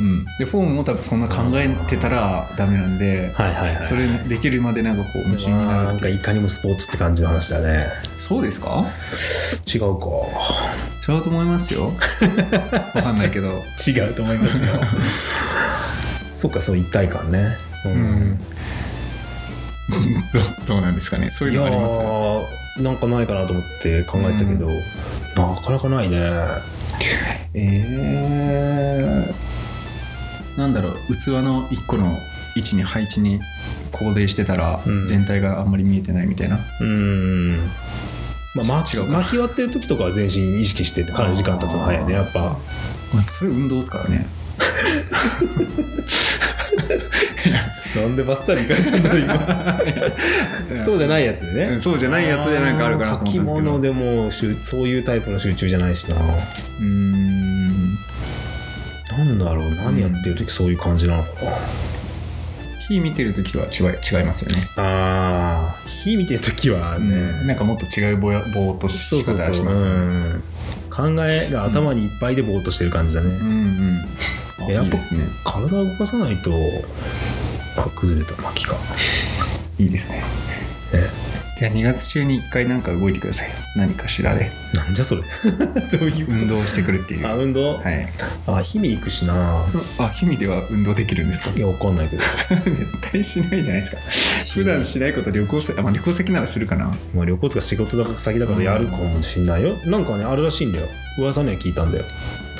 Speaker 2: うん、でフォームも多分そんな考えてたらダメなんで。
Speaker 1: はいはいはい
Speaker 2: それできるまでなんかこう無心に
Speaker 1: あー
Speaker 2: な
Speaker 1: な
Speaker 2: る
Speaker 1: ん
Speaker 2: っ
Speaker 1: か
Speaker 2: ていう
Speaker 1: いかにもスポーツって感じの話だね
Speaker 2: そうですか
Speaker 1: 違うか
Speaker 2: 違うと思いますよわかんないけど
Speaker 1: 違うと思いますよ そっかその一体感ねう
Speaker 2: うんどどうなんですかねそういうのありま
Speaker 1: いやーなんかないかなと思って考えてたけど、
Speaker 2: うん
Speaker 1: なかなかないね
Speaker 2: すえー、なんだろう器の一個の位置に配置にコーデしてたら
Speaker 1: うん
Speaker 2: 全体があんまり見えてないみたいな、
Speaker 1: うんまあ、巻き
Speaker 2: 違うか
Speaker 1: 巻き割ってる時とかは全身意識してかなり時間経つの早いねやっぱ
Speaker 2: まあそれ運動ですからね
Speaker 1: なんでバッサリ行かれたんだろう 今そうじゃ
Speaker 2: い
Speaker 1: ないやつで
Speaker 2: や
Speaker 1: ね
Speaker 2: そうじゃないやつでなんかあるかなと思ったんです
Speaker 1: 書き
Speaker 2: けど
Speaker 1: 物でもしゅそういうタイプの集中じゃないしな
Speaker 2: うーん
Speaker 1: なんだろう何やってる時そういう感じなのかな、
Speaker 2: 火見てる時とは違い違いますよね
Speaker 1: あー火見てる時はね、
Speaker 2: なんかもっと違うぼやぼーっとし
Speaker 1: そう
Speaker 2: て
Speaker 1: そう
Speaker 2: た
Speaker 1: そ
Speaker 2: り
Speaker 1: う、
Speaker 2: し
Speaker 1: う
Speaker 2: ます
Speaker 1: ん、考えが頭にいっぱいでぼーっとしてる感じだね、
Speaker 2: うんうんあ
Speaker 1: やっ
Speaker 2: いい
Speaker 1: ぱ
Speaker 2: ですね
Speaker 1: 体を動かさないとあ崩れた巻きか
Speaker 2: いいですね
Speaker 1: え
Speaker 2: じゃあ2月中に1回なんか動いてください何かしらで
Speaker 1: なんじゃそれどう いう
Speaker 2: 運動してくるっていう
Speaker 1: あ
Speaker 2: は
Speaker 1: 運動、
Speaker 2: い
Speaker 1: あ日々行くしな
Speaker 2: あ日々では運動できるんですか
Speaker 1: いやわかんないけど
Speaker 2: 絶対しないじゃないですか 普段しないこと旅行先あ、まあ、旅行先ならするかな
Speaker 1: まあ、旅行とか仕事だから先だからやるかもしんないよ、なんかねあるらしいんだよ噂には聞いたんだよ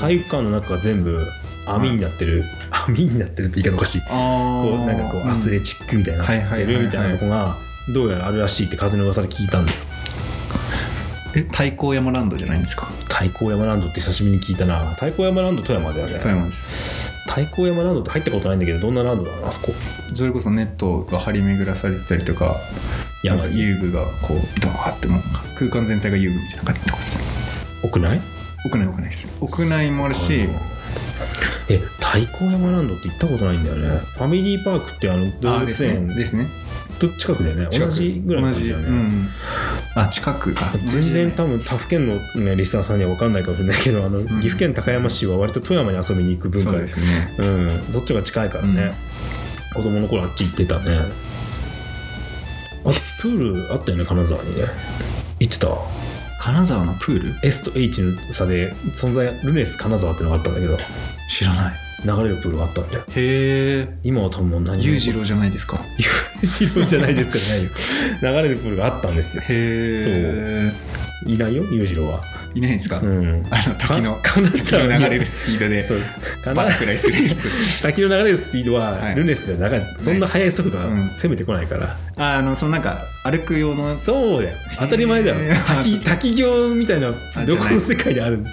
Speaker 1: 体育館の中が全部網になってる、網になってるって言い方おかしい
Speaker 2: あ
Speaker 1: こうなんかこうアスレチックみたいにな
Speaker 2: は
Speaker 1: っ
Speaker 2: い
Speaker 1: て
Speaker 2: はいはいは
Speaker 1: る
Speaker 2: い
Speaker 1: みたいなとこがどうやらあるらしいって風の噂で聞いたんだよ
Speaker 2: え太閤山ランドじゃないんですか
Speaker 1: 太閤山ランドって久しぶりに聞いたな太閤山ランド富山だよ
Speaker 2: 富
Speaker 1: ね
Speaker 2: 山です
Speaker 1: 太閤山ランドって入ったことないんだけどどんなランドなのあそこ
Speaker 2: それこそネットが張り巡らされてたりとかなん
Speaker 1: 山
Speaker 2: か
Speaker 1: に
Speaker 2: 遊具がこうドーンってもう空間全体が遊具みたいな感じってことです
Speaker 1: 屋内
Speaker 2: 屋内屋内です屋内もあるし
Speaker 1: え太閤山ランドって行ったことないんだよねファミリーパークってあの動
Speaker 2: あーで
Speaker 1: 物
Speaker 2: すね
Speaker 1: 園
Speaker 2: ですね
Speaker 1: と近くだよね
Speaker 2: 近
Speaker 1: 同
Speaker 2: く
Speaker 1: じぐらいの
Speaker 2: 同
Speaker 1: 感じ
Speaker 2: じ
Speaker 1: だよ
Speaker 2: う
Speaker 1: ね
Speaker 2: ん、あ近くか
Speaker 1: 全然多分他府県の、ね、リスナーさんには分かんないかもしれないけどあの、岐阜県高山市は割と富山に遊びに行く文化
Speaker 2: 文化
Speaker 1: で
Speaker 2: ですね
Speaker 1: うん、そっちが近いからね、子供の頃あっち行ってたねあプールあったよね金沢にね行ってた
Speaker 2: 金沢のプール
Speaker 1: S と H の差で存在ルネス金沢ってのがあったんだけど
Speaker 2: 知らない
Speaker 1: 流れるプールがあったんだよ
Speaker 2: へえ
Speaker 1: 今は多分もう何も
Speaker 2: 裕次郎じゃないですか
Speaker 1: 裕次郎じゃないですかじゃないよ流れるプールがあったんですよ
Speaker 2: へ
Speaker 1: いないよ裕次郎は
Speaker 2: そういないんですか、
Speaker 1: うん
Speaker 2: あの滝の
Speaker 1: か金
Speaker 2: 滝
Speaker 1: 沢
Speaker 2: の
Speaker 1: に
Speaker 2: 流れるスピードで
Speaker 1: そう金
Speaker 2: バッくらいするやつ
Speaker 1: 滝の流れるスピード
Speaker 2: は
Speaker 1: はいルネスではなかそんな速い速度は
Speaker 2: うん
Speaker 1: 攻めてこないから、
Speaker 2: ああのそのなんか歩く用の
Speaker 1: そうだよ当たり前だ
Speaker 2: へ
Speaker 1: よ
Speaker 2: ー
Speaker 1: 滝滝行みたいな
Speaker 2: あ
Speaker 1: どこ
Speaker 2: じゃな
Speaker 1: の
Speaker 2: い
Speaker 1: 世界である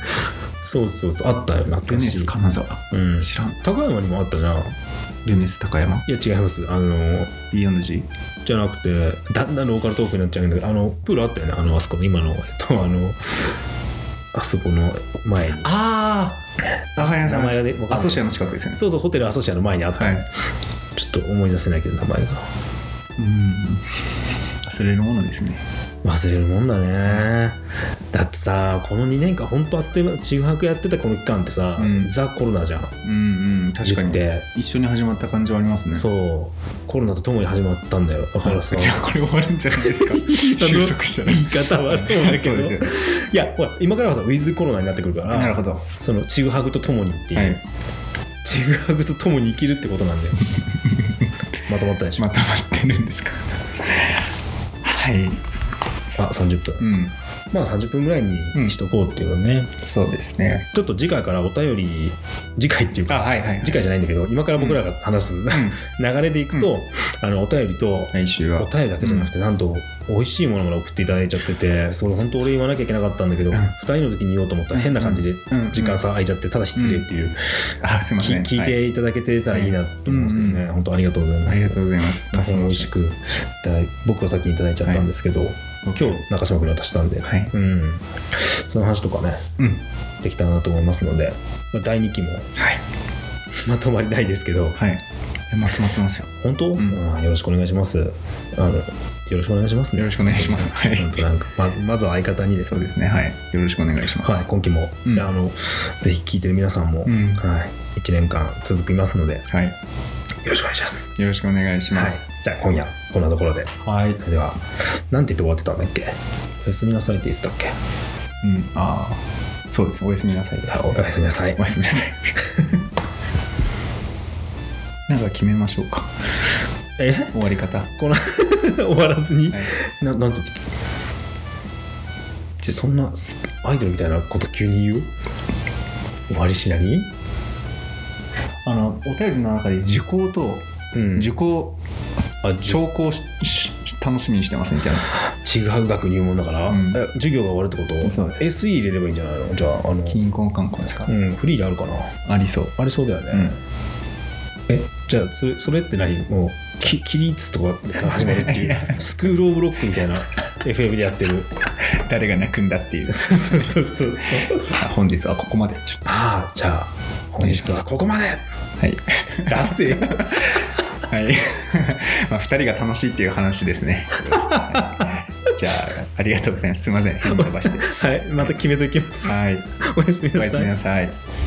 Speaker 1: そうそうそうあったよな
Speaker 2: ルネス金沢
Speaker 1: うん
Speaker 2: 知らん
Speaker 1: 高山にもあったじゃんい
Speaker 2: ルネス高山
Speaker 1: や違いますあの
Speaker 2: B&G
Speaker 1: じゃなくてだんだんローカルトークになっちゃうんだけどあのプールあったよねあのあそこの今のえっとあのあそこの前に
Speaker 2: ああわかりました
Speaker 1: 名前がねわかんない
Speaker 2: アソシアの近くですよね
Speaker 1: そうそうホテルアソシアの前にあった、
Speaker 2: はい
Speaker 1: ちょっと思い出せないけど名前が
Speaker 2: うん忘れるものですね
Speaker 1: 忘れるもんだねだってさこの2年間ほんとあっという間ちぐはぐやってたこの期間ってさ、
Speaker 2: うん
Speaker 1: ザ・コロナじゃん
Speaker 2: うんうん確かに
Speaker 1: 言って
Speaker 2: 一緒に始まった感じはありますね
Speaker 1: そうコロナとともに始まったんだよだからさ
Speaker 2: じゃあこれ終わるんじゃないで すか収束したら
Speaker 1: 言い 方はそう だけど、
Speaker 2: ですよね
Speaker 1: いやほら今からはさウィズコロナになってくるから
Speaker 2: なるほどは
Speaker 1: そのちぐはぐとともにっていう、
Speaker 2: い
Speaker 1: ちぐはぐとともに生きるってこと なんだよまとまったでしょ、
Speaker 2: また待ってるんですかはい
Speaker 1: あ30分、
Speaker 2: うん
Speaker 1: まあ30分ぐらいにしとこうっていうのね、
Speaker 2: そうですね
Speaker 1: ちょっと次回からお便り次回っていう
Speaker 2: あ
Speaker 1: か
Speaker 2: はいはい
Speaker 1: 次回じゃないんだけど今から僕らが話す、流れでいくと、あのお便りと、
Speaker 2: 来週は
Speaker 1: お便りだけじゃなくて、なんと美味しいものまで送っていただいちゃっててそれ本当俺言わなきゃいけなかったんだけど、
Speaker 2: うん
Speaker 1: 2人の時に言おうと思ったら変な感じで
Speaker 2: うん
Speaker 1: 時間差空いちゃってただ失礼っていう、
Speaker 2: あすいま
Speaker 1: き
Speaker 2: せん
Speaker 1: 聞い
Speaker 2: は
Speaker 1: ていただけてたらいいなと思うんですけどね、
Speaker 2: はいうん
Speaker 1: 本当ありがとうございま
Speaker 2: ありが
Speaker 1: す。
Speaker 2: とうございます
Speaker 1: 大変美味しくいただい僕は先にいただいちゃったんですけど、
Speaker 2: 今
Speaker 1: 今日中島君に渡したんで、
Speaker 2: はい
Speaker 1: うん、その話とかね
Speaker 2: うん
Speaker 1: できたらなと思いますので、まあ、第2期も
Speaker 2: はい
Speaker 1: まとまりないですけど
Speaker 2: はいえ待って待ってますよ
Speaker 1: 本当、
Speaker 2: ん
Speaker 1: あーよろしくお願いしますあのよろしくお願いしますね
Speaker 2: よろしくお願いしますはい
Speaker 1: 本当なんかままずは相方にです
Speaker 2: そうですねはいよろしくお願いします
Speaker 1: はい今期も、
Speaker 2: うん
Speaker 1: あのぜひ聞いてる皆さんも、
Speaker 2: うん
Speaker 1: はい、1年間続きますのでよ
Speaker 2: はい
Speaker 1: ろしくお願いします、
Speaker 2: よろしくお願いし
Speaker 1: は
Speaker 2: ま
Speaker 1: い
Speaker 2: す、
Speaker 1: じゃあ今夜こんなところで
Speaker 2: はい
Speaker 1: ではなんて言って終わってたんだっけおやすみなさいって言ってたっけ
Speaker 2: うんああそうですおやすみなさいです
Speaker 1: あおおやすみなさい
Speaker 2: おやすみなさい なんか決めましょうか
Speaker 1: え
Speaker 2: 終わり方は
Speaker 1: この 終わらずに、
Speaker 2: い
Speaker 1: ななんて言ってたっけそんなすアイドルみたいなこと急に言う終わりしなに
Speaker 2: あのお便りの中で受講と
Speaker 1: うん
Speaker 2: 受講
Speaker 1: あじ
Speaker 2: 聴講しし楽しみにしてますみたいな
Speaker 1: ちぐはぐ学入門だから、
Speaker 2: うん
Speaker 1: え授業が終わるってこと
Speaker 2: そうで
Speaker 1: SE 入れればいいんじゃないのじゃああの、
Speaker 2: 金婚観光ですか、
Speaker 1: うん、フリーであるかな
Speaker 2: ありそう
Speaker 1: ありそうだよね、
Speaker 2: うん
Speaker 1: えじゃあそれそれって何もうき起立とかから始まるってい
Speaker 2: いうや
Speaker 1: スクール・オブ・ロックみたいな FM でやってる
Speaker 2: 誰が泣くんだっていう
Speaker 1: そうそうそうそうそう
Speaker 2: あ本日はここまでちょっ
Speaker 1: ああじゃあ本日はここまで
Speaker 2: とはい
Speaker 1: 出 せ
Speaker 2: はい まあ2人が楽しいっていう話です ねはいじゃあ ありがとうございますすいません変に飛ばして
Speaker 1: はいまた決めときます、
Speaker 2: はい
Speaker 1: おやすみ
Speaker 2: お
Speaker 1: な
Speaker 2: やす
Speaker 1: さい
Speaker 2: みなさい